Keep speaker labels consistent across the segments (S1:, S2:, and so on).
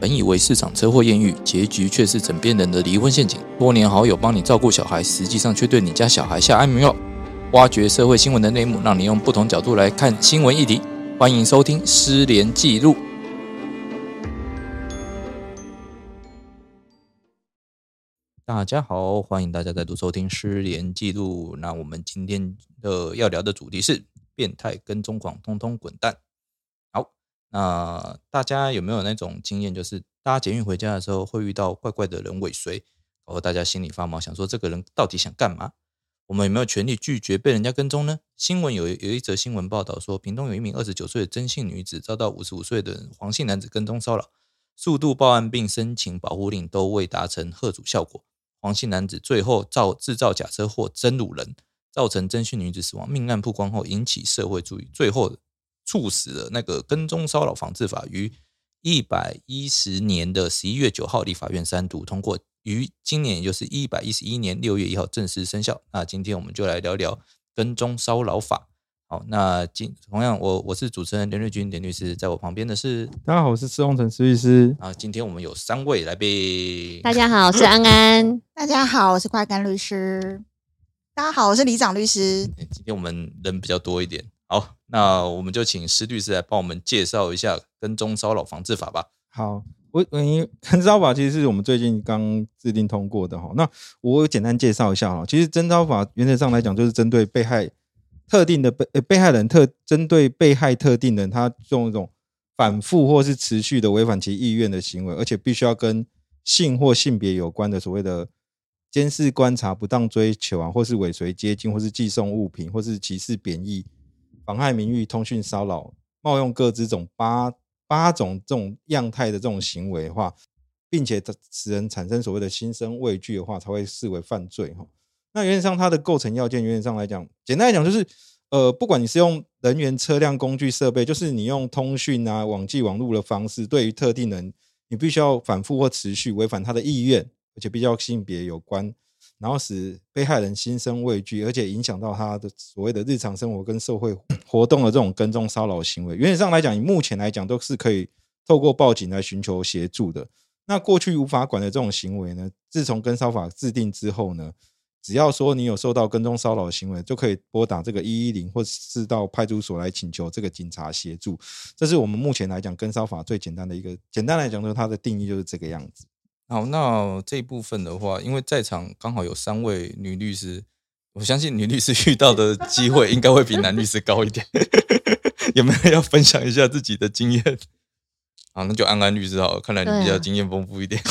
S1: 本以为市场车祸艳遇，结局却是枕边人的离婚陷阱。多年好友帮你照顾小孩，实际上却对你家小孩下安眠药。挖掘社会新闻的内幕，让你用不同角度来看新闻议题。欢迎收听《失联记录》。大家好，欢迎大家再度收听《失联记录》。那我们今天的要聊的主题是变态跟踪狂，通通滚蛋。好，那大家有没有那种经验，就是搭捷运回家的时候会遇到怪怪的人尾随，然后大家心里发毛，想说这个人到底想干嘛？我们有没有权利拒绝被人家跟踪呢？新闻有有一则新闻报道说，屏东有一名二十九岁的曾姓女子遭到五十五岁的黄姓男子跟踪骚扰，速度报案并申请保护令都未达成贺主效果，黄姓男子最后造制造假车祸真掳人，造成曾姓女子死亡。命案曝光后引起社会注意，最后促使了那个跟踪骚扰防治法于一百一十年的十一月九号，立法院三读通过，于今年也就是一百一十一年六月一号正式生效。那今天我们就来聊聊跟踪骚扰法。好，那今同样我我是主持人连瑞君，连律师，在我旁边的是
S2: 大家好，我是施宏成施律师。
S1: 啊，今天我们有三位来宾。
S3: 大家好，我是安安。
S4: 大家好，我是快干律师。大家好，我是李长律师。
S1: 欸今天我们人比较多一点。好，那我们就请施律师来帮我们介绍一下跟踪骚扰防治法吧。
S2: 好，我我因为跟招法其实是我们最近刚制定通过的哈。那我简单介绍一下哈，其实征招法原则上来讲，就是针对被害特定的被、呃被害人特针对被害特定人，他用一种反复或是持续的违反其意愿的行为，而且必须要跟性或性别有关的所谓的监视、观察、不当追求啊，或是尾随、接近，或是寄送物品，或是歧视、贬义、妨害名誉、通讯骚扰、冒用各自种八八种这种样态的这种行为的话，并且使人产生所谓的心生畏惧的话，才会视为犯罪哈。那原则上它的构成要件，原则上来讲，简单来讲就是，呃，不管你是用人员、车辆、工具、设备，就是你用通讯啊、网际网络的方式，对于特定人，你必须要反复或持续违反他的意愿，而且必须要性别有关，然后使被害人心生畏惧，而且影响到他的所谓的日常生活跟社会活动的这种跟踪骚扰行为。原则上来讲，你目前来讲都是可以透过报警来寻求协助的。那过去无法管的这种行为呢，自从跟骚法制定之后呢，只要说你有受到跟踪骚扰的行为，就可以拨打这个一一零，或是到派出所来请求这个警察协助。这是我们目前来讲跟骚法最简单的一个，简单来讲就是它的定义就是这个样子。
S1: 好，那这一部分的话，因为在场刚好有三位女律师，我相信女律师遇到的机会应该会比男律师高一点。 有没有要分享一下自己的经验？ 啊，那就安安律师好了，看来你比
S3: 对
S1: 较
S3: 啊
S1: 经验丰富一点。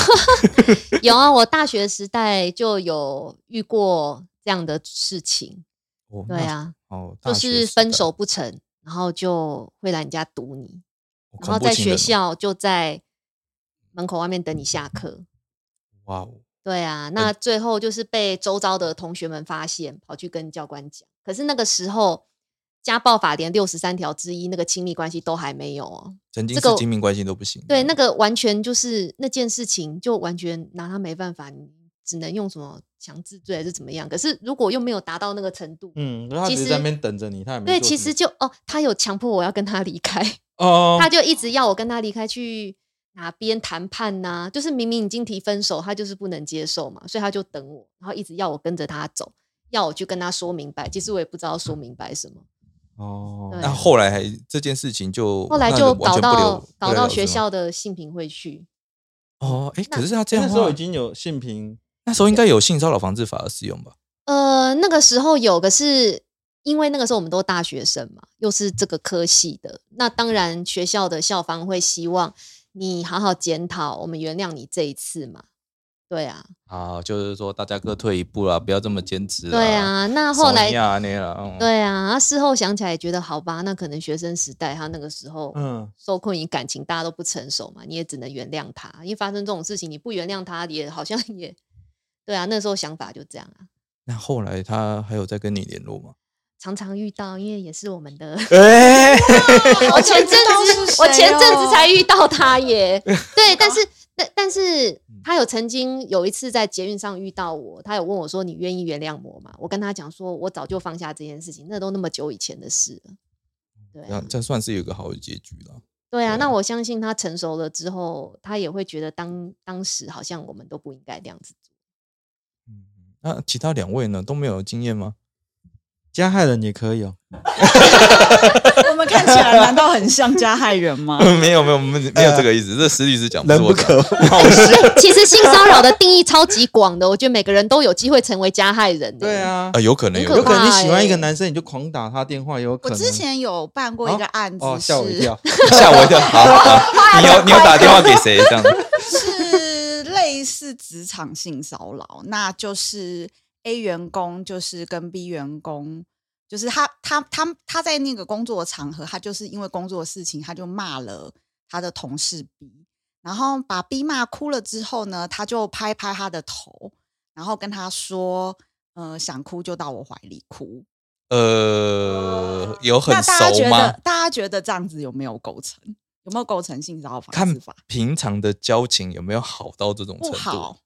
S3: 有啊，我大学时代就有遇过这样的事情。
S1: 哦
S3: 对，啊，
S1: 那哦，
S3: 就
S1: 大学
S3: 是
S1: 时
S3: 分
S1: 代，
S3: 手不成，然后就会来人家堵你，
S1: 哦
S3: 然后在学，校就在门口外面等你下课。
S1: 恐怖情人哇哦，
S3: 对啊，那最后就是被周遭的同学们发现，跑去跟教官讲。可是那个时候，家暴法连六十三条之一那个亲密关系都还没有哦。
S1: 曾经
S3: 这
S1: 是
S3: 个
S1: 亲密关系都不行。
S3: 对，那个完全就是那件事情，就完全拿他没办法，你只能用什么强制罪还是怎么样？可是如果又没有达到那个程度，
S2: 嗯，然后他
S3: 其
S2: 只是
S3: 实
S2: 在那边等着你，他也没
S3: 对，
S2: 做
S3: 其
S2: 什
S3: 实
S2: 么
S3: 就哦，他有强迫我要跟他离开，
S2: 哦，
S3: 他就一直要我跟他离开去。哪边谈判呐、就是明明已经提分手，他就是不能接受嘛，所以他就等我，然后一直要我跟着他走，要我去跟他说明白。其实我也不知道说明白什么。
S2: 哦，
S3: 对
S1: 那后来还这件事情就
S3: 后来
S1: 那
S3: 就
S1: 完
S3: 搞
S1: 全不
S3: 到
S1: 了
S3: 搞
S1: 不了
S3: 到
S1: 了
S3: 学
S1: 之吗
S3: 校的性平会去，
S1: 哦，哎，可
S3: 那
S1: 是他这样
S2: 那
S1: 的
S2: 时候
S1: 话
S2: 已经有性平
S1: 那时候应该有性骚扰防治法的适用吧？
S3: 呃，那个时候有，可是因为那个时候我们都大学生嘛，又是这个科系的，那当然学校的校方会希望你好好检讨，我们原谅你这一次嘛。对啊，
S1: 啊，就是说大家各退一步啦，不要这么坚持啦。
S3: 对啊。那后来，
S1: 呀那啦，嗯，
S3: 对啊，那事后想起来也觉得好吧，那可能学生时代他那个时候
S2: 嗯
S3: 受困于感情，大家都不成熟嘛，你也只能原谅他，因为发生这种事情，你不原谅他也好像 也，对啊，那时候想法就这样啊，
S1: 那后来他还有在跟你联络吗？
S3: 常常遇到，因为也是我们的。
S1: 哎，
S3: 我前阵
S4: 好想知道是
S3: 子，
S4: 谁哦
S3: 我前阵子才遇到他耶。对，但是但但是他有曾经有一次在捷运上遇到我，他有问我说：“你愿意原谅我吗？”我跟他讲说：“我早就放下这件事情，那都那么久以前的事了。”对啊、
S1: 这样算是有一个好的结局了。
S3: 对啊，
S1: 对
S3: 那我相信他成熟了之后，他也会觉得当当时好像我们都不应该这样子做。
S1: 那其他两位呢都没有经验 吗？
S2: 加害人也可以哦。
S5: 我们看起 来难道很像加害人吗？
S1: 没有没有，我们没有这个意思，这史律师讲，
S2: 人
S1: 是我
S2: 不
S1: 讲
S2: 可
S1: 好笑
S3: 其实性骚扰的定义超级广的，我觉得每个人都有机会成为加害人、
S2: 对，啊
S1: 啊，，有可能
S3: 很
S1: 有
S2: 有
S1: 可
S2: 可
S1: 能
S2: 能你喜欢一个
S3: 欸
S2: 男生，你就狂打他电话，也有可
S4: 哎我
S2: 能。
S4: 之前有办过一个案子
S2: 哦，
S4: 是，
S2: 吓我一跳，
S1: 吓我一 跳，好好，你有你有打电话给谁这样子？
S4: 是类似职场性骚扰，那就是 A 员工就是跟 B 员工，就是他他他他在那个工作场合，他就是因为工作事情，他就骂了他的同事 B，然后把 B 骂哭了之后呢，他就拍拍他的头，然后跟他说。呃，想哭就到我怀里哭。
S1: 呃，有很
S4: 那大家
S1: 熟
S4: 觉
S1: 吗
S4: 得，？大家觉得这样子有没有构成？有没有构成性骚扰防
S1: 看
S4: 治法？
S1: 平常的交情有没有好到这种程
S4: 不
S1: 度？
S4: 好，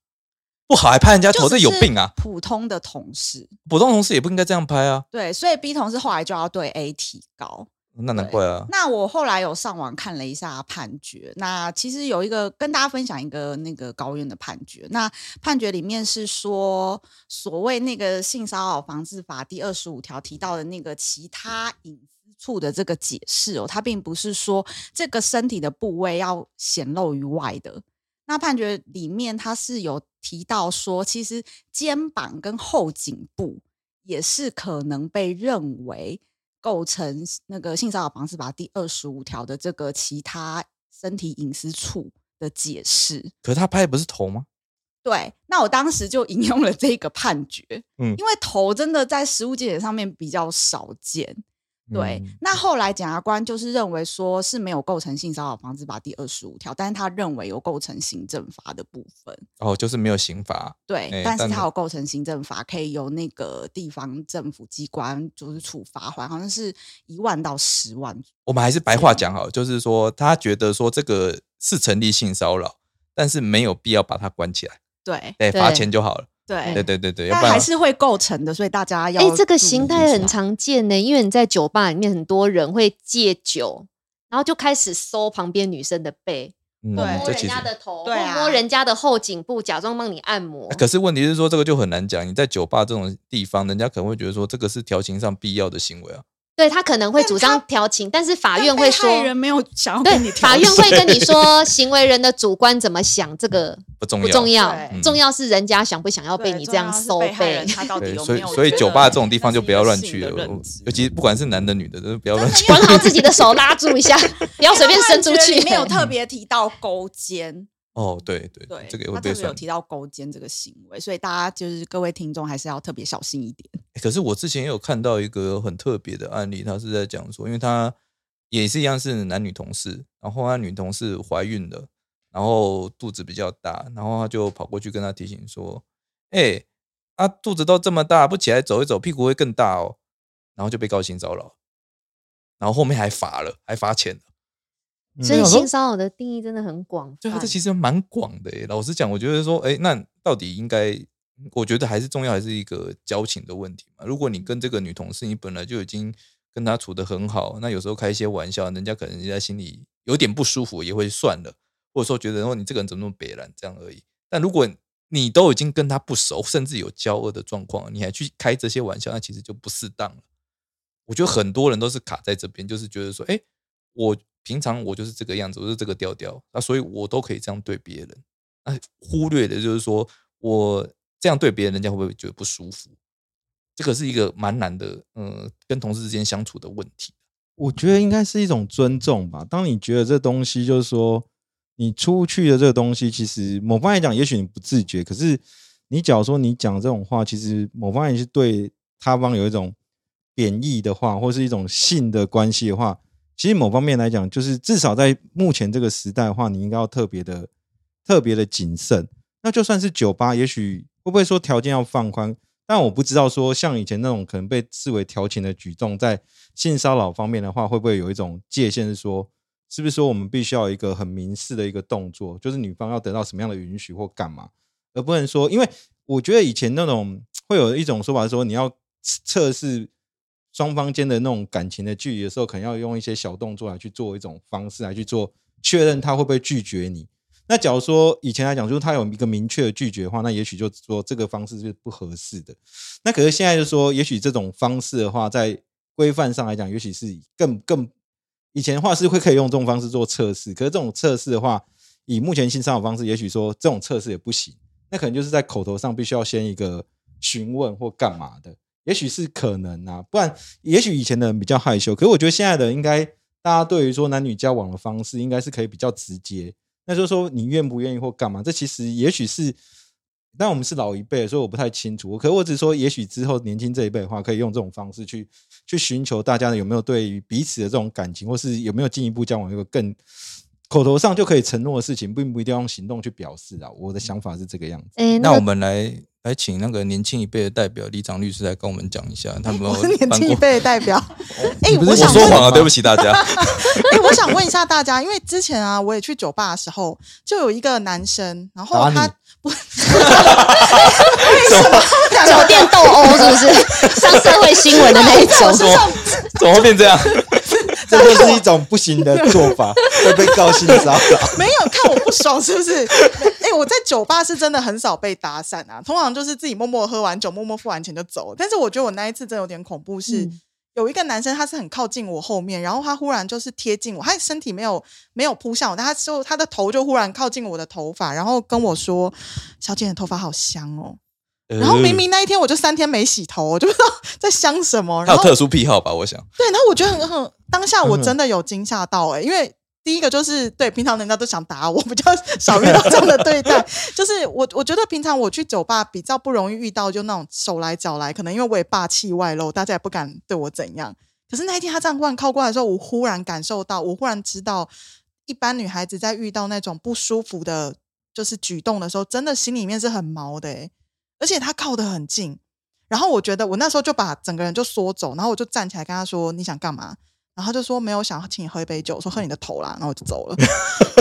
S1: 不好还拍人家头，
S4: 就
S1: 这
S4: 只
S1: 有
S4: 是
S1: 病啊！
S4: 普通的同事，
S1: 普通同事也不应该这样拍啊，
S4: 对，所以 B 同事后来就要对 A 提高。
S1: 那难怪啊。
S4: 那我后来有上网看了一下判决，那其实有一个跟大家分享一个那个高院的判决。那判决里面是说，所谓那个性骚扰防治法第二十五条提到的那个其他隐私处的这个解释哦，它并不是说这个身体的部位要显露于外的。那判决里面它是有提到说，其实肩膀跟后颈部也是可能被认为构成那个性骚扰防治法第二十五条的这个其他身体隐私处的解释。
S1: 可是他拍的不是头吗？
S4: 对，那我当时就引用了这个判决，
S1: 嗯
S4: 因为头真的在实物见解上面比较少见，对，
S1: 嗯
S4: 那后来检察官就是认为说是没有构成性骚扰防治法第二十五条，但是他认为有构成行政法的部分，
S1: 哦，就是没有刑罚，
S4: 对，
S1: 哎
S4: 但是
S1: 但
S4: 他
S1: 是
S4: 有构成行政法，可以由那个地方政府机关就是处罚款，好像是一万到十万，
S1: 我们还是白话
S4: 嗯
S1: 讲好了，就是说他觉得说这个是成立性骚扰，但是没有必要把他关起来，
S4: 对
S1: 对，
S3: 对
S1: 罚钱就好了。
S4: 对
S1: 对对对对，要
S4: 但
S1: 不然
S4: 还是会构成的，所以大家要
S3: 哎、这个
S4: 注意啊
S3: 形
S4: 一
S3: 态很
S4: 下
S3: 常见呢、因为你在酒吧里面，很多人会戒酒，然后就开始搜旁边女生的背，
S1: 嗯
S4: 对
S3: 摸
S1: 这
S3: 人
S1: 其实
S3: 家。的头，
S4: 对啊
S3: 或摸人家的后颈部，假装帮你按摩。
S1: 哎可是问题是说，这个就很难讲。你在酒吧这种地方，人家可能会觉得说，这个是调情上必要的行为啊。
S3: 对他可能会主
S4: 但
S3: 张调情，但是法
S4: 但
S3: 院会
S4: 被
S3: 说
S4: 害，人没有想要跟
S3: 对
S4: 你，调
S3: 法院
S4: 解
S3: 会跟你说行为人的主观怎么想，这个
S1: 不重
S3: 不
S1: 要，
S3: 重要
S4: 对，
S1: 嗯
S3: 重要是人家想不想要被
S4: 对
S3: 你这
S4: 重
S3: 样
S4: 啊要是
S3: 收
S4: 被害
S3: 背
S4: 人。他到底
S1: 对，
S4: 有
S1: 所以
S4: 没有
S1: 所以
S4: 觉
S1: 酒
S4: 得
S1: 吧这种地方
S4: 那
S1: 就是不
S4: 一
S1: 要
S4: 个
S1: 乱
S4: 性
S1: 去
S4: 的
S1: 了，
S4: 认
S1: 我
S4: 知
S1: 尤其不管是男的女的，都不要乱去。
S3: 管好自己的手，拉住一 下，不 要随便伸出去。
S4: 没有特别提到勾肩，
S1: 哦，对对
S4: 对，
S1: 这个也
S4: 他
S1: 会被
S4: 特别有
S1: 算。
S4: 提到勾肩这个行为，所以大家就是各位听众还是要特别小心一点。
S1: 欸可是我之前也有看到一个很特别的案例，他是在讲说，因为他也是一样是男女同事，然后他女同事怀孕了，然后肚子比较大，然后他就跑过去跟他提醒说：“哎、啊，肚子都这么大，不起来走一走，屁股会更大哦。”然后就被告性骚扰，然后后面还罚了，还罚钱了。
S2: 嗯
S3: 所以
S2: 我想说
S3: 性骚扰的定义真的很广
S1: 对啊，
S3: 泛
S1: 这。其实蛮广的诶。老实讲，我觉得说，哎，那到底应该，我觉得还是重要，还是一个交情的问题嘛。如果你跟这个女同事，你本来就已经跟她处得很好，那有时候开一些玩笑，人家可能人家心里有点不舒服，也会算了，或者说觉得哦，你这个人怎么那么北然这样而已。但如果你都已经跟她不熟，甚至有交恶的状况，你还去开这些玩笑，那其实就不适当了。我觉得很多人都是卡在这边，就是觉得说，哎，我平常我就是这个样子，我就是这个调调，那所以我都可以这样对别人。那忽略的就是说我这样对别人，人家会不会觉得不舒服？这个是一个蛮难的，呃，跟同事之间相处的问题。
S2: 我觉得应该是一种尊重吧。当你觉得这东西，就是说你出去的这个东西，其实某方面来讲，也许你不自觉，可是你假如说你讲这种话，其实某方面是对他方有一种贬义的话，或是一种性的关系的话，其实某方面来讲，就是至少在目前这个时代的话，你应该要特别的、特别的谨慎。那就算是酒吧，也许会不会说条件要放宽？但我不知道说像以前那种可能被视为调情的举动，在性骚扰方面的话，会不会有一种界限是说，是不是说我们必须要有一个很明示的一个动作，就是女方要得到什么样的允许或干嘛，而不能说，因为我觉得以前那种会有一种说法是说你要测试双方间的那种感情的距离的时候，可能要用一些小动作来去做一种方式来去做确认他会不会拒绝你。那假如说以前来讲，就是他有一个明确的拒绝的话，那也许就说这个方式是不合适的。那可是现在就说，也许这种方式的话，在规范上来讲，也许是以更更以前的话是会可以用这种方式做测试，可是这种测试的话，以目前新商的方式，也许说这种测试也不行。那可能就是在口头上必须要先一个询问或干嘛的，也许是可能啊，不然也许以前的人比较害羞，可是我觉得现在的人应该大家对于说男女交往的方式，应该是可以比较直接。那就是说你愿不愿意或干嘛，这其实也许是，但我们是老一辈，所以我不太清楚。可我只是说，也许之后年轻这一辈的话，可以用这种方式去去寻求大家有没有对于彼此的这种感情，或是有没有进一步交往，有个更口头上就可以承诺的事情，并不一定要用行动去表示啊。我的想法是这个样子。
S3: 哎，
S1: 那
S3: 个
S1: 我们来来请那个年轻一辈的代表李长律师来跟我们讲一下，他们有
S4: 我是年
S1: 办
S4: 轻一
S1: 过。
S4: 辈的代表。 哎、
S2: 你不是
S4: 我
S1: 我
S4: 想
S1: 说
S4: 问，
S1: 谎了，哦啊对不起大家。
S4: 哎、我想问一下大家，因为之前啊，我也去酒吧的时候，就有一个男生，然后
S2: 打
S4: 他
S2: 你
S4: 不，
S3: 酒店斗殴是不 是？上社会新闻的那一
S1: 怎
S3: 种。
S1: 么怎么会变这样？
S2: 这就是一种不行的做法，会被告性骚扰。
S4: 没有看我不爽是不 是？哎、我在酒吧是真的很少被搭讪啊，通常就是自己默默喝完酒，默默付完钱就走了。但是我觉得我那一次真的有点恐怖是。
S3: 嗯
S4: 有一个男生，他是很靠近我后面，然后他忽然就是贴近我，他的身体没有没有扑向我，但他就他的头就忽然靠近我的头发，然后跟我说：“小姐，你的头发好香哦。”然后明明那一天我就三天没洗头，我就不知道在香什么。
S1: 他
S4: 然
S1: 有
S4: 后
S1: 特殊癖好吧？我想，
S4: 对，然后我觉得很很当下我真的有惊吓到哎、欸因为第一个就是对平常人家都想打我，比 较少遇到这样的对待。就是我我觉得平常我去酒吧比较不容易遇到，就那种手来脚来，可能因为我也霸气外露，大家也不敢对我怎样。可是那一天他这样忽然靠过来的时候，我忽然感受到，我忽然知道，一般女孩子在遇到那种不舒服的，就是举动的时候，真的心里面是很毛的、欸，而且他靠得很近，然后我觉得我那时候就把整个人就缩走，然后我就站起来跟他说：“你想干嘛？”然后他就说：“没有，想请你喝一杯酒。”我说：“喝你的头啦！”然后我就 走了。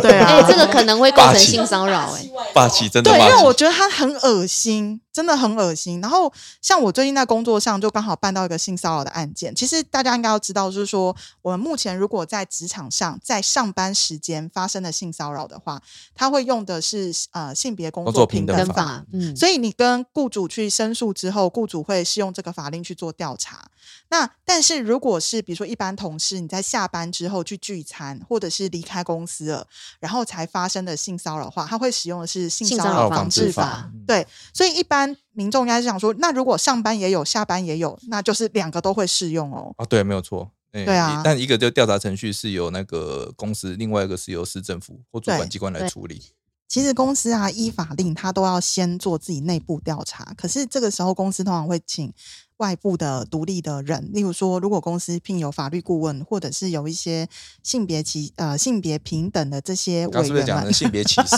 S4: 对啊，
S3: 哎、这个可能 会构
S1: 霸
S3: 成
S1: 气
S3: 性骚扰、哎，
S1: 霸气真的
S4: 对，因
S1: 霸
S4: 为我
S1: 气。
S4: 觉得他很恶心，真的很恶心。然后像我最近在工作上就刚好办到一个性骚扰的案件。其实大家应该要知道，就是说我们目前如果在职场上在上班时间发生的性骚扰的话，他会用的是呃性别工
S1: 工
S4: 作
S1: 作
S4: 平
S1: 平
S4: 等
S1: 等
S3: 跟
S1: 法
S3: 法，嗯，
S4: 所以你跟雇主去申诉之后，雇主会是用这个法令去做调查。那但是如果是比如说一般同事，你在下班之后去聚餐，或者是离开公司了，然后才发生的性骚扰的话，他会使用的是性
S3: 性
S4: 骚
S3: 骚
S4: 扰
S3: 扰
S4: 防
S3: 防
S4: 治
S3: 治
S4: 法。
S3: 法，
S4: 对，所以一般民众应该是想说，那如果上班也有，下班也有，那就是两个都会适用哦。
S1: 啊，对，没有错。哎
S4: 对啊
S1: 但一个就调查程序是由那个公司，另外一个是由市政府或主管
S4: 对
S1: 机关来
S3: 对
S1: 处理。
S4: 其实公司啊，依法令它都要先做自己内部调查，可是这个时候公司通常会请外部的独立的人，例如说，如果公司聘有法律顾问，或者是有一些性别歧呃性别平等的这些
S1: 刚
S4: 委
S1: 是不是
S4: 员
S1: 讲
S4: 们
S1: 的。性别歧视？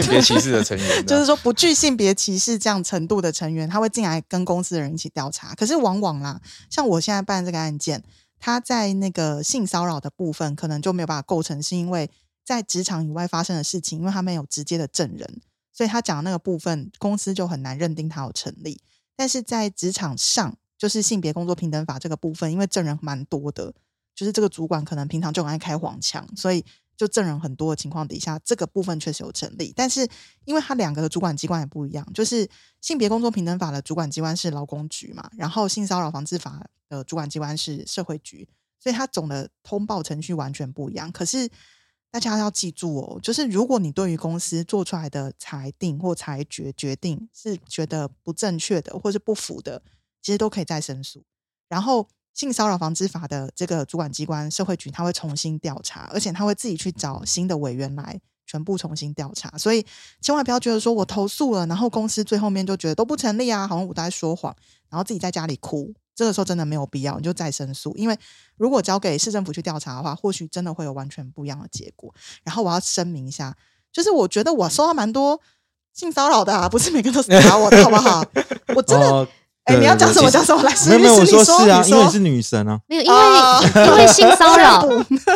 S1: 性别歧视的成员
S4: 就是
S1: 是
S4: 说，不具性别歧视这样程度的成员，他会进来跟公司的人一起调查。可是往往啦，像我现在办这个案件，他在那个性骚扰的部分，可能就没有办法构成，是因为在职场以外发生的事情，因为他没有直接的证人，所以他讲的那个部分，公司就很难认定他有成立。但是在职场上，就是性别工作平等法这个部分，因为证人蛮多的，就是这个主管可能平常就很爱开黄腔，所以就证人很多的情况底下，这个部分确实有成立。但是因为它两个的主管机关也不一样，就是性别工作平等法的主管机关是劳工局嘛，然后性骚扰防治法的主管机关是社会局，所以它总的通报程序完全不一样。可是大家要记住哦，就是如果你对于公司做出来的裁定或裁决决定是觉得不正确的或是不符的，其实都可以再申诉。然后性骚扰防治法的这个主管机关社会局，他会重新调查，而且他会自己去找新的委员来全部重新调查。所以千万不要觉得说我投诉了，然后公司最后面就觉得都不成立啊，好像我都在说谎，然后自己在家里哭。这个时候真的没有必要，你就再申诉，因为如果交给市政府去调查的话，或许真的会有完全不一样的结果。然后我要声明一下，就是我觉得我收到蛮多性骚扰的啊，不是每个都是打我的好不好？我真的
S2: 哦，
S4: 哎，你要讲什
S2: 对对对
S4: 么讲什么来，
S2: 没有没有，我
S4: 说
S2: 说是啊，
S4: 你
S2: 因为你是女神啊，
S3: 没有，因为、
S4: 哦
S3: 因为性骚 扰，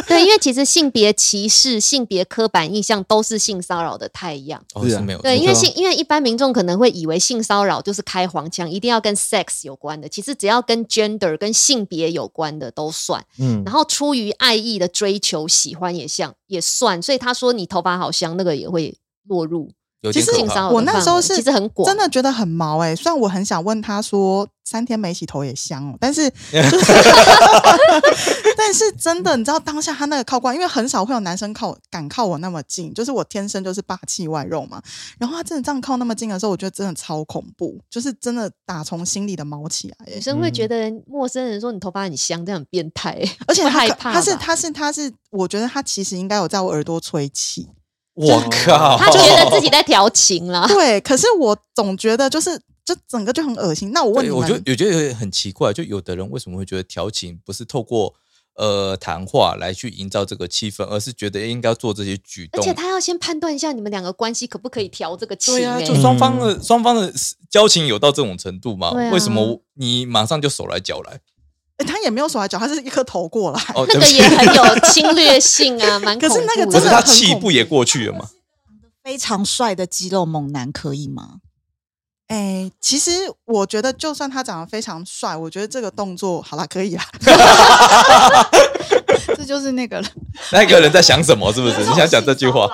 S3: 对，因为其实性别歧视、性别刻板印象都是性骚扰的太阳。
S1: 哦
S2: 是
S1: 是
S2: 啊
S1: 没有错，
S3: 对，因
S2: 没
S3: 为
S2: 错
S3: 性，因为一般民众可能会以为性骚扰就是开黄腔，一定要跟 sex 有关的，其实只要跟 gender、跟性别有关的都算。
S2: 嗯
S3: 然，后出于爱意的追求、喜欢也像也算，所以他说你头发好香，那个也会落入
S1: 有
S4: 其
S1: 点
S4: 实
S1: 可
S3: 性
S1: 怕
S3: 骚扰的范围。
S4: 我那时候是
S3: 其实很广，
S4: 真的觉得很毛哎、欸，虽然我很想问他说三天没洗头也香哦，但是就是但是真的，你知道当下他那个靠过来，因为很少会有男生靠敢靠我那么近，就是我天生就是霸气外露嘛。然后他真的这样靠那么近的时候，我觉得真的超恐怖，就是真的打从心里的毛起来、
S3: 女
S4: 欸，
S3: 生会觉得陌生人说你头发很香，这样很变态、 欸，
S4: 而且
S3: 会
S4: 他
S3: 害
S4: 可
S3: 怕
S4: 他是
S3: 吧
S4: 他是他是，我觉得他其实应该有在我耳朵吹气，
S1: 我靠，
S3: 他觉得自己在调情啦。
S4: 对，可是我总觉得就是。就整个就很恶心。那我问你
S1: 对，
S4: 们，
S1: 我觉得我觉得很奇怪，就有的人为什么会觉得调情不是透过呃谈话来去营造这个气氛，而是觉得应该要做这些举
S3: 而
S1: 动
S3: 且。他要先判断一下你们两个关系可不可以调这个情、
S1: 对
S3: 欸。
S4: 啊
S1: 呀、就双方的双方的交情有到这种程度吗？
S3: 对啊
S1: 为什么你马上就手来脚来？
S4: 欸他也没有手来脚，他是一颗头过来。
S1: 哦，
S3: 那
S1: 对不
S3: 个
S1: 起
S3: 也很有侵略性 啊，蛮恐
S4: 可
S3: 怖
S4: 是
S3: 的。
S4: 那个
S1: 不
S4: 真
S1: 是
S4: 的
S1: 他
S4: 很
S1: 气
S4: 恐
S1: 不也过去了吗？
S5: 非常帅的肌肉猛男可以吗？
S4: 哎、其实我觉得，就算他长得非常帅，我觉得这个动作好啦，可以啦。这就是那个了，
S1: 那个人在想什么？是 不是？你想讲这句话？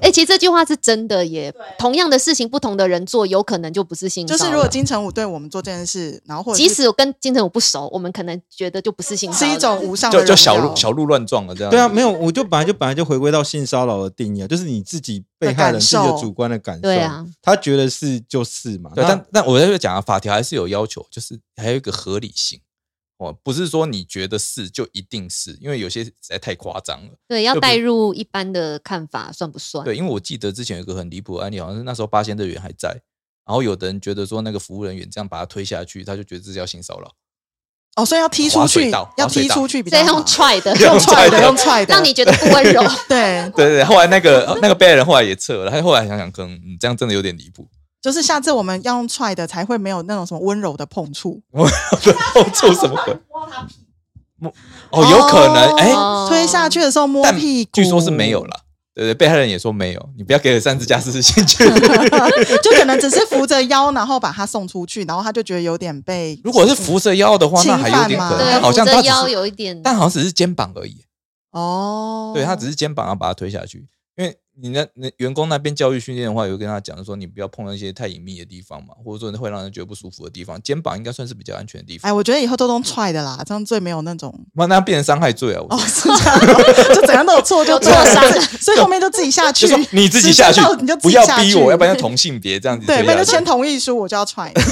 S3: 哎、其实这句话是真的耶。同样的事情，不同的人做，有可能就不是性骚
S4: 就
S3: 扰。
S4: 是如果金城武对我们做这件事，然后或者
S3: 即
S4: 是
S3: 使我跟金城武不熟，我们可能觉得就不是性骚
S4: 是
S3: 扰，
S4: 一种无上的
S1: 就就小
S4: 荣耀
S1: 鹿小鹿乱撞了这样。
S2: 对啊，没有，我就本来就本来就回归到性骚扰的定义啊，就是你自己被害人自
S4: 的感
S2: 己
S4: 受
S2: 的主观的感受，
S3: 对啊，
S2: 他觉得是就是嘛，
S1: 对，
S2: 那
S1: 但但我在这讲啊，法条还是有要求，就是还有一个合理性哦，不是说你觉得是就一定是，因为有些实在太夸张了。
S3: 对，要
S1: 就比
S3: 带入一般的看法，算不算？
S1: 对，因为我记得之前有一个很离谱的案例，好像是那时候八仙乐园还在，然后有的人觉得说那个服务人员这样把他推下去，他就觉得这叫性骚扰。
S4: 哦，所以要踢出
S1: 滑水
S4: 去
S1: 道，
S4: 要
S1: 滑水
S4: 踢
S1: 道
S4: 出去比
S3: 所
S4: 较
S3: 以
S4: 好
S3: 用踹的，
S1: 用
S4: 踹
S1: 踹
S4: 的，
S1: 的
S4: 用踹的，
S3: 让你觉得不温柔。
S4: 对，
S1: 对对，后来那 个那个被害人后来也撤了，他后来想想，可能、嗯、这样真的有点离谱。
S4: 就是下次我们要用踹的，才会没有那种什么温柔的碰触。
S1: 碰触什么鬼？摸哦，有可能哎、
S3: 哦
S4: 推下去的时候摸
S1: 但
S4: 屁股，
S1: 据说是没有，啦。对对，被害人也说没有，你不要给了三十加四十进去。
S4: 就可能只是扶着腰，然后把他送出去，然后他就觉得有点被
S1: 如果是扶着腰 的话，那还有点可能，
S4: 侵犯嘛
S3: 对，
S1: 但好像
S3: 扶
S1: 他
S3: 着
S1: 只
S3: 腰
S1: 是，
S3: 有一点，
S1: 但好像只是肩膀而已，
S4: 哦，
S1: 对他只是肩膀要把他推下去，因为你那那员工那边教育训练的话，有跟他讲说你不要碰那些太隐秘的地方嘛，或者说会让人觉得不舒服的地方，肩膀应该算是比较安全的地
S4: 哎，
S1: 方。
S4: 我觉得以后都用踹的啦，这样最没有那 种
S1: 那那变成伤害罪啊！我
S4: 哦，
S1: 觉得
S4: 是这样 吗，就怎样都有错就对了
S3: 有错伤，
S4: 所以后面就自己下去
S1: 啊 就说，你自己下去
S4: 时间 到你就，自
S1: 不
S4: 己
S1: 要
S4: 下
S1: 逼
S4: 去
S1: 我，要不然就同性别这样子推
S4: 对，不然
S1: 下
S4: 就
S1: 去
S4: 签。同意书，我就要踹你，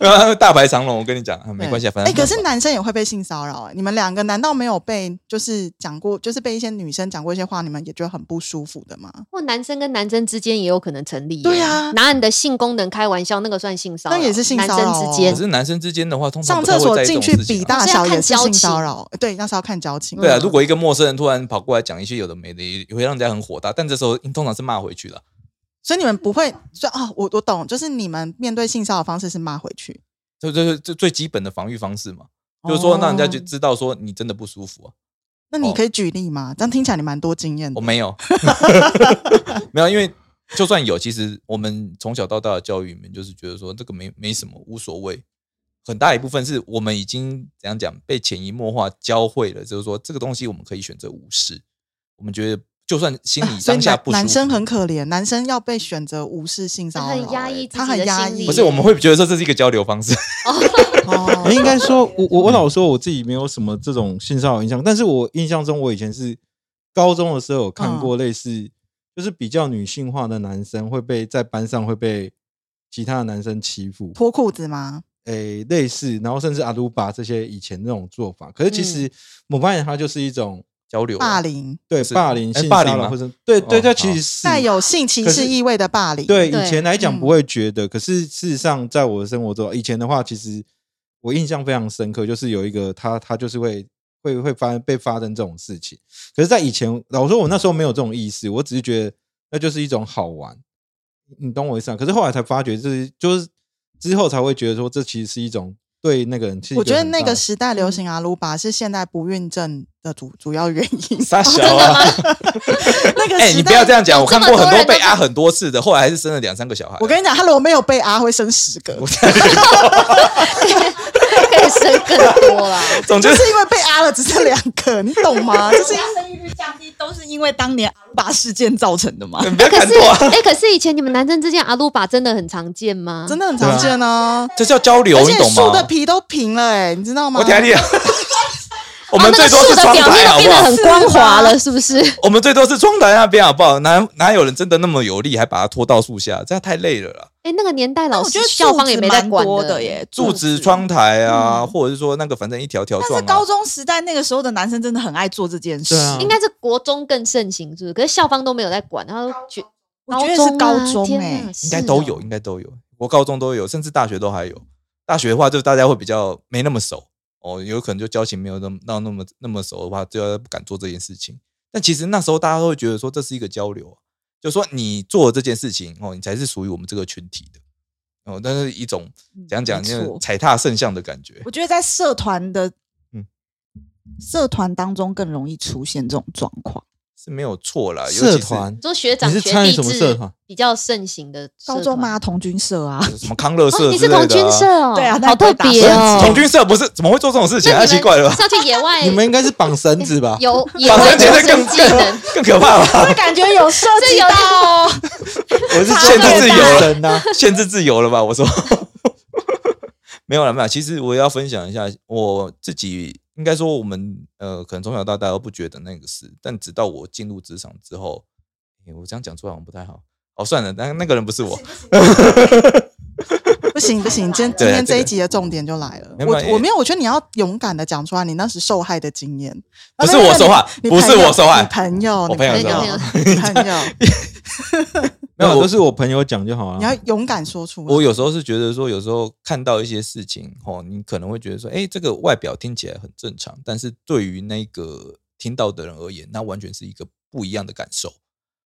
S1: 然后大排长龙，我跟你讲，啊没关系啊， 反
S4: 哎，
S1: 正
S4: 可是男生也会被性骚扰，哎，你们两个难道没有被就是讲过，就是被一些女生讲过一些话，你们也觉得很不舒服的吗？
S3: 或男生跟男生之间也有可能成立耶。
S4: 对啊
S3: 拿你的性功能开玩笑，那个算性骚扰，
S4: 那也是性骚
S3: 男
S4: 扰
S3: 生之
S1: 可
S3: 间
S1: 是男生之间的话，通常
S4: 上
S1: 不太
S4: 厕
S1: 会
S4: 所
S1: 在意这
S4: 进
S1: 种
S4: 去
S1: 事情
S4: 比
S1: 啊
S4: 大小也是性骚
S3: 好像要
S4: 扰，对，那是要看交情。
S1: 对啊，
S4: 嗯
S1: 如果一个陌生人突然跑过来讲一些有的没的，也也会让人家很火大。但这时候通常是骂回去了。
S4: 所以你们不会说哦，我我懂，就是你们面对性骚扰方式是骂回去，
S1: 这这这最基本的防御方式嘛，就是说让人家就
S4: 哦
S1: 知道说你真的不舒服啊。
S4: 那你可以举例吗？这样听起来你蛮多经验的。
S1: 我没 有，没有，因为就算有，其实我们从小到大的教育里面就是觉得说这个没没什么，无所谓。很大一部分是我们已经怎样讲被潜移默化教会了，就是说这个东西我们可以选择无视。我们觉得就算心里
S4: 啊所以
S1: 当下
S4: 男
S1: 不舒服，
S4: 男生很可怜，男生要被选择无视性骚扰、
S3: 他很压抑
S4: 欸
S3: 自己的
S4: 他很压抑。
S3: 心理
S1: 不是我们会觉得说这是一个交流方式。
S4: 哦
S2: 哎，应该说，我我我老说我自己没有什么这种性骚扰印象，但是我印象中，我以前是高中的时候有
S4: 嗯
S2: 看过类似，就是比较女性化的男生会被在班上会被其他的男生欺负，
S4: 脱裤子吗？
S2: 诶、类似，然后甚至阿鲁巴这些以前那种做法，可是
S4: 嗯
S2: 其实某方面它就是一种
S1: 交流啊
S4: 霸凌
S2: 对
S1: 是
S2: 霸凌、
S1: 诶
S2: 性
S1: 霸
S2: 骚
S1: 凌
S2: 扰
S1: 吗
S2: 或者对对，
S1: 哦
S2: 它
S1: 好
S2: 其实是
S4: 带有性歧
S2: 可是
S4: 视意味的霸凌。
S2: 对，
S3: 对
S2: 以前来讲
S4: 嗯
S2: 不会觉得，可是事实上，在我的生活中，以前的话，其实我印象非常深刻，就是有一个他，他就是会会会发被发生这种事情。可是，在以前，老实说我那时候没有这种意识，我只是觉得那就是一种好玩，你懂我意思啊？可是后来才发觉，就是就是之后才会觉得说，这其实是一种对那个人是一很大的。
S4: 我觉得那个时代流行阿鲁巴是现代不孕症的主主要原因。
S1: 傻小啊！
S4: 那个
S1: 哎、
S4: 时
S1: 你
S4: 代，
S1: 不要这样讲，我看过很多
S3: 这么多人
S1: 被压很多次的，后来还是生了两三个小孩。啊
S4: 我跟你讲，他如果没有被啊阿，会生十个，
S3: 可以哦生更多啦。
S1: 总之
S4: 就，是因为被阿了只剩两个，你懂吗？就是
S6: 生育率降低都是因为当年阿鲁巴事件造成的嘛。
S1: 你不要
S3: 可
S1: 看
S3: 是
S1: 错、啊，
S3: 哎、可是以前你们男生之间阿鲁巴真的很常见吗？哦
S4: 真的很常见啊。
S1: 这叫交流，
S4: 而
S1: 你
S4: 且
S1: 懂
S4: 树的
S1: 吗？
S4: 皮都平了，哎，你知道吗？
S1: 我 天啊！我
S3: 哦，
S1: 们
S3: 那
S1: 最
S3: 个
S1: 多
S3: 树
S1: 是
S3: 的
S1: 窗
S3: 表
S1: 台，
S3: 面
S1: 好
S3: 都
S1: 不
S3: 变得
S1: 好？
S3: 很光滑了，是不是？
S1: 我们最多是窗台那边，好不好？哪哪有人真的那么有力，还把它拖到树下？这样太累了啦。
S3: 哎、那个年代老
S5: 我
S3: 师
S5: 觉得
S3: 校方也没在管
S6: 多的
S3: 欸。
S6: 耶，
S1: 柱子、窗台啊，或者是说那个，反正一条条
S6: 但
S1: 状、
S6: 是
S1: 啊。
S6: 高中时代那个时候的男生真的很爱做这件事，
S1: 对啊
S3: 应该是国中更盛行，是不是？可是校方都没有在管，然后觉
S5: 我觉得是高中
S3: 哎、
S5: 哎、
S3: 天哪
S1: 应该都。
S3: 是
S1: 有，
S3: 哦
S1: 应该都有。我高中都有，甚至大学都还有。大学的话，就是大家会比较没那么熟哦，有可能就交情没有那么到那么那么熟的话，就不敢做这件事情。但其实那时候大家都会觉得说这是一个交流啊，就说你做了这件事情哦，你才是属于我们这个群体的哦，但是一种
S3: 嗯
S1: 讲讲
S5: 没
S1: 那个
S5: 错
S1: 踩踏圣像的感觉。
S5: 我觉得在社团的，
S1: 嗯
S5: 社团当中更容易出现这种状况。
S1: 是没有错啊啦，尤其是
S2: 社团
S3: 你说学长
S2: 你
S3: 学
S2: 是参与
S3: 弟
S2: 什么
S3: 制
S2: 社团
S3: 比较盛行的社团
S5: 高中吗？？童军 社啊，
S1: 什么康乐
S3: 哦，
S1: 社
S3: 你
S1: 之
S3: 是
S1: 类的、啊
S3: 童军社哦，
S5: 对啊那
S3: 好
S5: 也不会
S3: 特
S5: 打
S3: 别哦。
S1: 童军社不是怎么会做这种事情、啊？太
S3: 那你们
S1: 奇怪了吧
S3: 是？要去野外，
S2: 你们应该是绑绳子吧？
S3: 有野
S1: 绑
S3: 外
S1: 绳结
S3: 求
S1: 的
S3: 生
S1: 更
S3: 技能
S1: 更，更可怕吧？
S5: 会感觉有涉
S3: 这
S5: 及
S3: 有哦
S5: 到
S2: 我是
S1: 限制自由了
S2: 绳啊，
S1: 限制自由了吧？我说 没有了，没有啦。其实我要分享一下我自己，应该说我们呃，可能从小到大都不觉得那个事，但直到我进入职场之后，诶我这样讲出来好像不太好。哦，算了，那那个人不是我，
S4: 不行不行，今天今
S1: 对
S4: 天
S1: 这
S4: 这
S1: 个
S4: 一集的重点就来了
S1: 没。有没有
S4: 我我没有，我觉得你要勇敢的讲出来你那时受害的经验。
S1: 不是
S4: 啊没有
S1: 我受害
S4: 没有你
S1: 不是我受害
S4: 你朋友，
S1: 我
S4: 你
S1: 朋友
S4: 朋
S1: 受
S4: 友
S1: 害，
S4: 你 朋友，
S2: 没有，
S1: 我
S2: 都是我朋友讲就好啊了。
S4: 你要勇敢说出来。
S1: 我有时候是觉得说，有时候看到一些事情，哦，你可能会觉得说，哎，这个外表听起来很正常，但是对于那个听到的人而言，那完全是一个不一样的感受。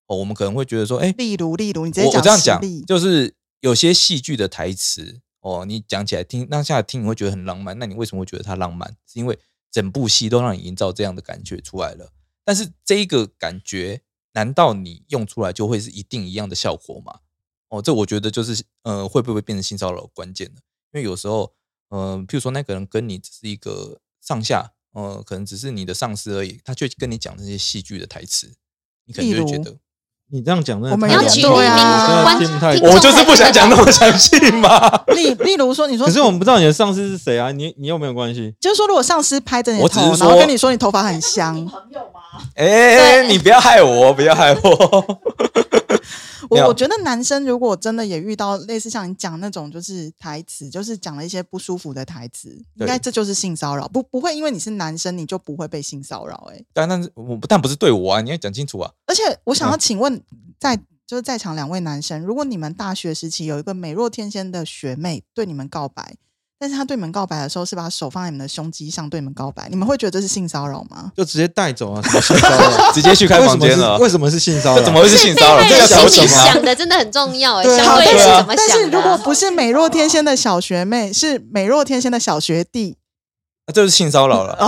S1: 哦，我们可能会觉得说，哎，
S4: 例如例如，你直接
S1: 我我
S4: 讲
S1: 这样
S4: 实
S1: 讲
S4: 例，
S1: 就是有些戏剧的台词哦，你讲起来听，当下听你会觉得很浪漫，那你为什么会觉得它浪漫？是因为整部戏都让你营造这样的感觉出来了。但是这一个感觉，难道你用出来就会是一定一样的效果吗？哦，这我觉得就是呃，会不会变成性骚扰的关键了？因为有时候，呃，譬如说那个人跟你只是一个上下，呃，可能只是你的上司而已，他却跟你讲那些戏剧的台词，你可能就会
S4: 例
S1: 觉
S4: 如
S1: 得
S2: 你这样讲真的
S4: 我们
S2: 太
S4: 要
S2: 严
S4: 举
S2: 重
S4: 例
S2: 了啊
S4: 明
S2: 真的
S4: 观
S2: 听不太
S3: 听
S2: 懂
S1: 我就是不想讲那么详细嘛。
S4: 例例如说，你说
S2: 可是我们不知道你的上司是谁啊，你你有没有关系？
S4: 就是说，如果上司拍着你
S1: 我
S4: 的
S1: 只是
S4: 头，然
S1: 说
S4: 后跟你说你头发很香，
S1: 哎、
S3: 对
S1: 你不要害我，不要害我。 没有
S4: 我我觉得男生如果真的也遇到类似像你讲那种就是台词，就是讲了一些不舒服的台词，应该这就是性骚扰，不不会因为你是男生你就不会被性骚扰、欸，
S1: 但但是我不但不是对我啊，你要讲清 楚啊。
S4: 而且我想要
S1: 嗯
S4: 请问在，就是在场两位男生，如果你们大学时期有一个美若天仙的学妹对你们告白，但是她对你们告白的时候是把手放在你们的胸肌上对你们告白，你们会觉得这是性骚扰吗？
S2: 就直接带走啊，什么性骚 扰？
S1: 直接去开房间了
S2: 为什么是为什么是性骚扰？
S1: 这怎么会是
S3: 是
S1: 性
S3: 被
S1: 骚扰？
S3: 害
S1: 这要
S3: 人
S1: 小
S3: 心
S1: 心
S3: 里
S1: 啊！
S3: 想的真的很重要哎，
S4: 对啊
S3: 相对
S4: 对
S3: 是
S4: 啊
S3: 怎么
S4: 但是
S3: 想的
S4: 如果
S3: 啊？
S4: 不是美若天仙的小学妹，是美若天仙的小学弟，
S1: 啊这是性骚扰了。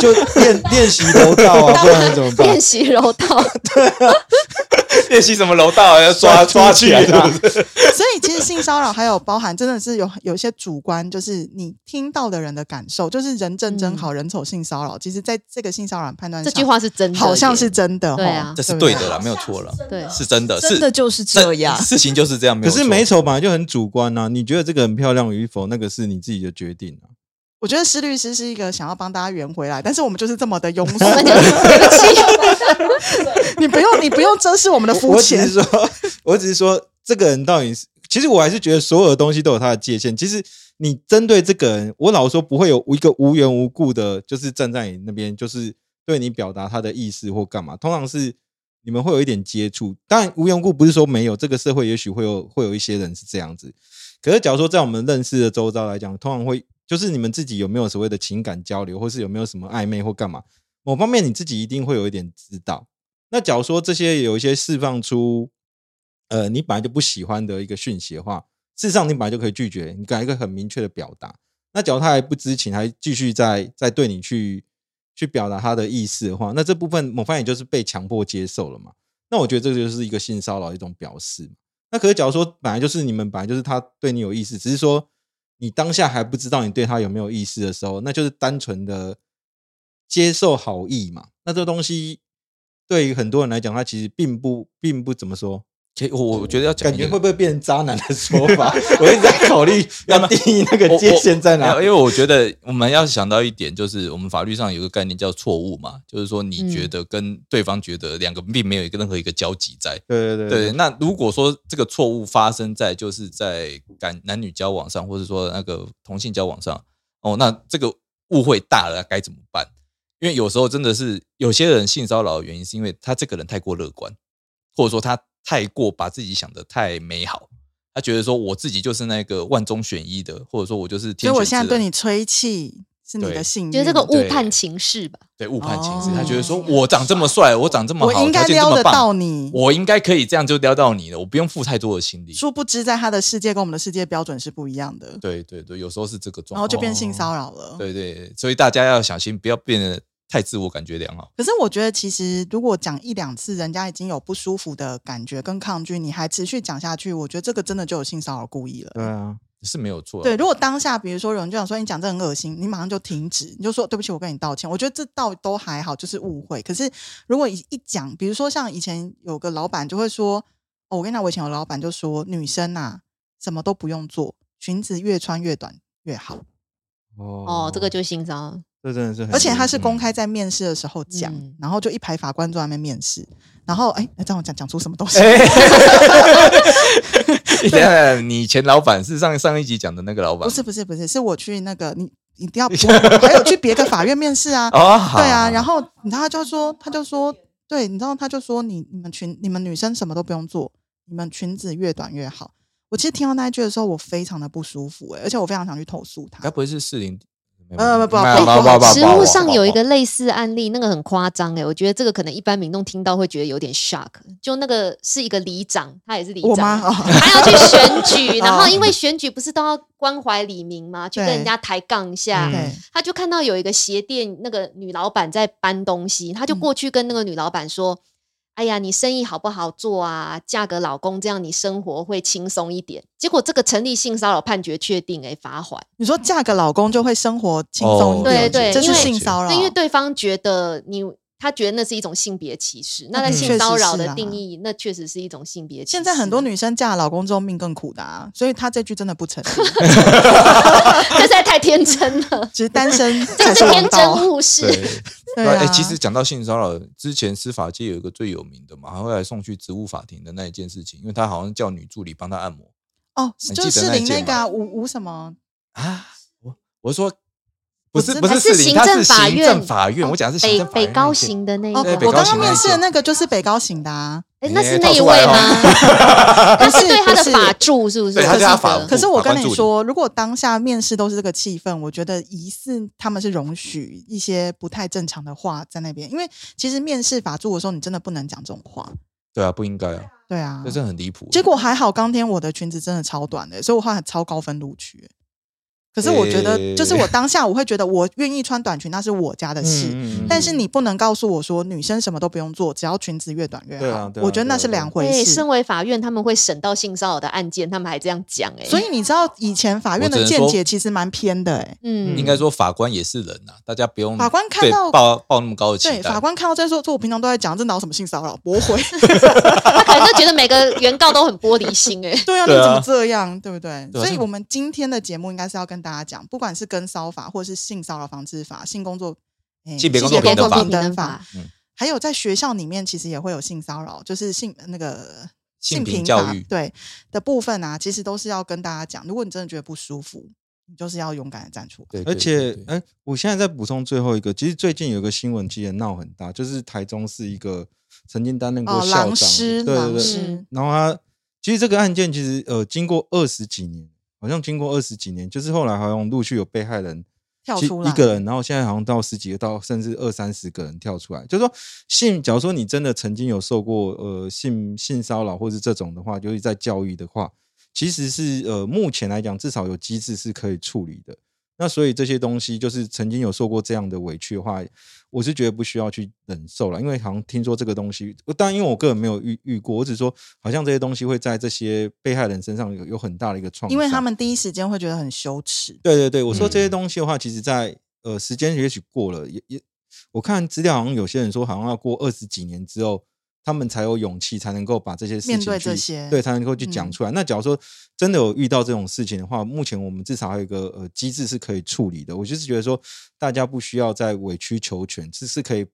S2: 就练练习柔道啊？不然怎么办
S3: 练？习柔 道，
S1: 练习什么楼 道啊要抓抓起来啊？
S4: 所以其实性骚扰还有包含，真的是有有一些主观，就是你听到的人的感受，就是人正真好，人丑性骚扰。其实在这个性骚扰判断
S3: 嗯这
S4: 上，
S3: 句话是真的耶，
S4: 好像是真的，
S3: 对啊
S4: 吼
S1: 这是
S4: 不
S1: 对的啦，没有错了，
S3: 对
S1: 是真的，
S6: 啊真
S1: 是
S6: 的就是这
S1: 这
S6: 样。
S1: 事情就是这样。没
S2: 可
S1: 有
S2: 是
S1: 错
S2: 美丑本来就很主观呐、你觉得这个很漂亮与否，那个是你自己的决定啊。
S4: 我觉得施律师是一个想要帮大家圆回来，但是我们就是这么的庸俗，
S3: 我们就对不起。
S4: 你不用你不用珍视我们的肤
S2: 我只
S4: 浅
S2: 是。说，我只是说，这个人到底是……其实我还是觉得所有的东西都有它的界限。其实你针对这个人，我老实说不会有一个无缘无故的，就是站在你那边，就是对你表达他的意思或干嘛。通常是你们会有一点接触，当然无缘无故不是说没有。这个社会也许会有会有一些人是这样子，可是假如说在我们认识的周遭来讲，通常会就是你们自己有没有所谓的情感交流，或是有没有什么暧昧或干嘛，某方面你自己一定会有一点知道。那假如说这些有一些释放出，呃，你本来就不喜欢的一个讯息的话，事实上，你本来就可以拒绝，你给他一个很明确的表达。那假如他还不知情，还继续在在对你去去表达他的意思的话，那这部分某方面也就是被强迫接受了嘛。那我觉得这就是一个性骚扰的一种表示嘛。那可是假如说本来就是你们本来就是他对你有意思，只是说你当下还不知道你对他有没有意思的时候，那就是单纯的接受好意嘛。那这东西对于很多人来讲，他其实并不并不怎么说，
S1: 其实我我觉得要讲
S2: 感
S1: 一
S2: 觉
S1: 个
S2: 会不会变成渣男的说法？我一直在考虑要定义那个界限在哪
S1: 没
S2: 里。
S1: 有因为我觉得我们要想到一点，就是我们法律上有个概念叫错误嘛，就是说你觉得跟对方觉得两个并没有一个任何一个交集在。
S2: 对对
S1: 对，那如果说这个错误发生在就是在感男女交往上，或者说那个同性交往上，哦，那这个误会大了该怎么办？因为有时候真的是有些人性骚扰的原因，是因为他这个人太过乐观，或者说他太过把自己想的太美好，他觉得说我自己就是那个万中选一的，或者说我就是
S4: 所
S1: 天选
S4: 以
S1: 之
S4: 我现在对
S1: 人
S4: 你吹气是你
S1: 对
S4: 的幸运，
S3: 觉得这个误
S1: 对
S3: 判情势吧，
S1: 对误判情势，
S4: 哦
S1: 他觉得说我长这么帅，我长这么
S4: 我
S1: 好，
S4: 应该
S1: 条件这
S4: 撩
S1: 么
S4: 得到
S1: 棒，
S4: 你。
S1: 我应该可以这样就撩到你了，我不用付太多的心力。
S4: 殊不知，在他的世界跟我们的世界标准是不一样的，
S1: 对哦对对，有时候是这个状
S4: 然
S1: 况
S4: 后，就变性骚扰了。
S1: 对对，所以大家要小心，不要变得太自我感觉良好。
S4: 可是我觉得，其实如果讲一两次，人家已经有不舒服的感觉跟抗拒，你还持续讲下去，我觉得这个真的就有性骚扰故意了。
S2: 对啊，
S1: 是没有错啊，
S4: 对，如果当下比如说有人就想说你讲这很恶心，你马上就停止，你就说对不起，我跟你道歉。我觉得这倒都还好，就是误会。可是如果一一讲，比如说像以前有个老板就会说，哦，我跟你讲，我以前有老板就说女生啊什么都不用做，裙子越穿越短越好，
S2: 哦
S3: 哦，这个就心脏。
S2: 这真的是很，
S4: 而且
S1: 嗯
S4: 他是公开在面试的时候讲，
S3: 嗯
S4: 然后就一排法官坐在那边面试，然后哎，那这样我讲讲出什么东西？
S1: 哎等一下你前老板是上上一集讲的那个老板
S4: 不是不是不是，是我去那个你一定要我，我还有去别的法院面试啊。
S1: 哦，好
S4: 对啊，然
S1: 后
S4: 后你知道他就说，他就说，对，你知道他就说你你们裙你们女生什么都不用做，你们裙子越短越好。我其实听到那一句的时候，我非常的不舒服、欸，而且我非常想去投诉他
S1: 该。不会是四零？
S4: 呃不不
S1: 没有
S4: 不
S1: 没有
S4: 不
S1: 没有没有
S3: 实
S1: 没有
S3: 物
S1: 没
S3: 上有一个
S1: 没
S3: 类似案例，那个很夸张哎，我觉得这个可能一般民众听到会觉得有点 shock。就那个是一个里长，他也是里
S4: 我妈
S3: 长，啊
S4: 哦，
S3: 他要去选举， 然后
S4: 哦
S3: 因为选举不是都要关怀李明吗？去跟
S4: 对
S3: 人家抬杠一下
S1: 嗯，
S4: 对，
S3: 他就看到有一个鞋店那个女老板在搬东西，他就
S4: 嗯
S3: 过去跟那个女老板说：“哎呀，你生意好不好做啊？嫁个老公，这样你生活会轻松一点。”结果这个成立性骚扰判决确定，哎，罚款。
S4: 你说嫁个老公就会生活轻松一
S1: 哦
S3: 对
S4: 点，
S3: 对
S4: 这是
S3: 因为
S4: 性骚扰，
S3: 那因为对方觉得你，他觉得那是一种性别歧视。那在
S4: 嗯
S3: 性骚扰
S4: 确实是
S3: 的
S4: 啊
S3: 定义，那确实是一种性别歧视。
S4: 现在很 多，女生嫁了老公之后命更苦的啊，所以她这句真的不成立。，
S3: 这实在太天真了
S4: 其实单身
S3: 这
S4: 才
S3: 是
S4: 是
S3: 天
S4: 王
S3: 真
S4: 道。
S3: 误
S1: 有
S3: 事。
S1: 对。
S4: 对
S1: 哎、
S4: 啊，
S1: 其实讲到性骚扰，之前司法界有一个最有名的嘛，他后来送去职务法庭的那一件事情，因为他好像叫女助理帮他按摩
S4: 哦，
S1: 你
S4: 就
S1: 记得
S4: 是适
S1: 那一
S4: 龄
S1: 件
S4: 那个啊，吴吴什么，
S1: 啊。我我说不是
S4: 我知
S1: 不
S3: 还
S1: 是
S3: 是
S1: 士林，
S3: 行
S1: 他
S3: 政
S1: 是
S3: 法
S1: 行
S3: 院
S1: 政法院，我讲的是行
S3: 北
S1: 政法院
S3: 北
S1: 那一
S3: 高
S1: 件
S3: 刑的那
S4: 哦，
S1: 对
S3: 个
S1: 北
S4: 我
S1: 高
S4: 刚
S1: 行
S4: 刚
S1: 那一
S4: 面试的
S1: 件
S4: 那个就是北高行的啊，
S3: 哎，那是
S1: 哎跳
S3: 那一
S1: 出来
S3: 位
S1: 了哦
S3: 吗？ 他是对他的
S4: 不是
S3: 法助是不是？
S1: 对他
S3: 我
S1: 是
S3: 记
S1: 他法
S3: 得
S4: 可是
S1: 不
S4: 我
S1: 法
S4: 跟
S1: 官助
S4: 你
S1: 理
S4: 说，如果当下面试都是这个气氛，我觉得疑似他们是容许一些不太正常的话在那边，因为其实面试法助的时候，你真的不能讲这种话。
S1: 对啊，不应该啊，
S4: 对啊
S1: 这，是很离谱。欸
S4: 结果还好，当天我的裙子真的超短的、所以我后来超高分录取、可是我觉得，就是我当下我会觉得，我愿意穿短裙那是我家的事，
S2: 嗯
S4: 但是你不能告诉我说女生什么都不用做，只要裙子越短越好。
S2: 对啊对啊
S4: 我觉得那
S2: 对啊
S4: 是两回
S3: 哎，
S4: 事。
S3: 身为法院，他们会审到性骚扰的案件，他们还这样讲哎。
S4: 所以你知道以前法
S1: 我
S4: 院的
S1: 只能
S4: 见
S1: 说
S4: 解其实蛮偏的、欸，
S3: 嗯，
S1: 应该说法官也是人呐、啊大家不用
S4: 法官看
S1: 对
S4: 到
S1: 抱抱那么高的期
S4: 对，
S1: 待。
S4: 法官看到在说，说我平常都在讲，这哪有什么性骚扰，驳回。
S3: 他可能就觉得每个原告都很玻璃心 哎。
S4: 对啊，你
S1: 对啊
S4: 怎么这样，对不对？
S1: 对啊
S4: 所以
S1: 这
S4: 我们今天的节目应该是要跟大家讲，不管是跟骚法，或是性骚扰防治法、性工作、哎
S1: 性别工作
S3: 性别
S1: 平等法嗯
S3: 工作
S4: 平
S3: 平等
S4: 等
S3: 法
S4: 法，，还有在学校里面，其实也会有性骚扰，就是性那个
S1: 性平
S4: 平
S1: 教
S4: 法
S1: 育
S4: 对的部分啊，其实都是要跟大家讲，如果你真的觉得不舒服，你就是要勇敢的站出来。
S1: 对，对
S2: 而且
S1: 对，对
S2: 哎、我现在在补充最后一个，其实最近有个新闻，其实也闹很大，就是台中是一个曾经担任过
S4: 哦，
S2: 校长的，
S4: 狼师，
S2: 对对
S4: 狼
S2: 对，
S4: 师，
S2: 然后他其实这个案件其实呃，经过二十几年，好像经过二十几年，就是后来好像陆续有被害人
S4: 跳
S2: 其
S4: 出
S2: 一
S4: 来
S2: 个人，然后现在好像到十几个，到甚至二三十个人跳出来，就是说性，假如说你真的曾经有受过呃性性骚扰或是这种的话，尤其在教育的话，其实是呃目前来讲至少有机制是可以处理的。那所以这些东西就是曾经有受过这样的委屈的话，我是觉得不需要去忍受了，因为好像听说这个东西，我当然因为我个人没有遇遇过，我只是说好像这些东西会在这些被害人身上有有很大的一个创伤，
S4: 因为他们第一时间会觉得很羞耻。
S2: 对对对，我说
S1: 嗯
S2: 这些东西的话，其实在呃时间也许过了，也也我看资料好像有些人说，好像要过二十几年之后，他们才有勇气才能够把这些事情
S4: 面对
S2: 去
S4: 这些
S2: 对，才能够去讲
S4: 嗯
S2: 出来。那假如说真的有遇到这种事情的话，目前我们至少还有一个呃机制是可以处理的。我就是觉得说，大家不需要再委曲求全，只是可以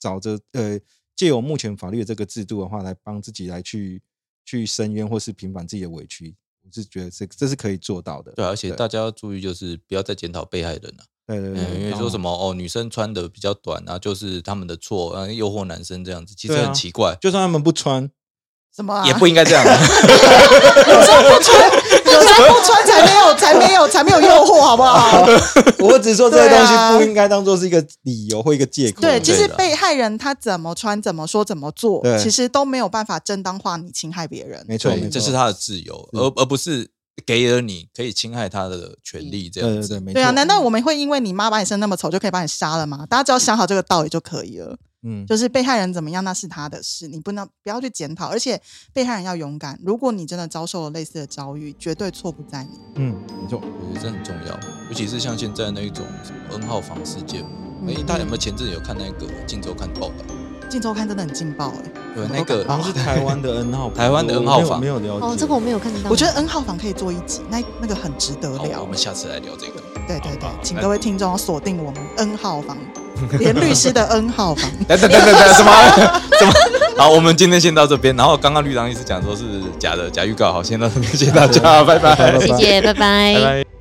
S2: 找着呃借由目前法律的这个制度的话，来帮自己来去去伸冤或是平反自己的委屈。我是觉得这这是可以做到的，
S1: 对啊，而且
S2: 对
S1: 大家要注意，就是不要再检讨被害人了、
S2: 对对
S1: 嗯
S2: 对，
S1: 因为
S2: 然
S1: 说
S2: 后
S1: 什么哦，女生穿的比较短啊，就是他们的错，啊，诱惑男生这样子，其实
S2: 对啊
S1: 很奇怪，
S2: 就算他们不穿，
S4: 什么、啊？
S1: 也不应该这样、
S4: 有时候不穿才没有，才没有，才没有诱惑，好不好？
S2: 我只是说这些
S4: 对
S2: 东
S4: 啊
S2: 西不应该当做是一个理由或一个借口。
S4: 对，
S1: 对
S4: 其实
S1: 啦
S4: 被害人他怎么穿、怎么说、怎么做，
S2: 对
S4: 其实都没有办法正当化你侵害别人。
S2: 没错，
S1: 对，
S2: 没
S1: 这
S2: 错，
S1: 是他的自由，
S2: 是
S1: 而而不是给了你可以侵害他的权利这
S2: 对
S1: 样
S2: 嗯对
S1: 子。
S2: 对，没错。
S4: 对啊，难道我们会因为你妈把你生那么丑就可以把你杀了吗？大家只要想好这个道理就可以了。
S2: 嗯，
S4: 就是被害人怎么样，那是他的事，你不能不要去检讨，而且被害人要勇敢。如果你真的遭受了类似的遭遇，绝对错不在你。
S2: 嗯，没错，
S1: 我觉得这很重要，尤其是像现在那一种什么 N 号房事件嘛，
S4: 嗯
S1: 哎、大家有没有前阵子有看那个《镜周刊》报道？
S4: 《镜周刊》真的很劲爆哎、
S1: 对，
S4: 我
S1: 那个
S2: 好像是台湾的 N 号房，
S1: 台湾的 N 号房
S2: 我没有没有了解。
S3: 哦，这个我没有看到。
S4: 我觉得 N 号房可以做一集，那那个很值得
S1: 好，
S4: 聊
S1: 我。们下次来聊这个。
S4: 对对对
S1: 好好，
S4: 请
S1: 那
S4: 各位听众要锁定我们 N 号房，连律师的 N 号房。
S1: 等等等等等，什 么什么？好，我们今天先到这边。然后刚 刚绿党一直讲说是假的假预告，好，先到这边，谢谢大家，拜拜，
S2: 拜拜
S1: 拜
S3: 谢谢，拜拜
S1: 拜。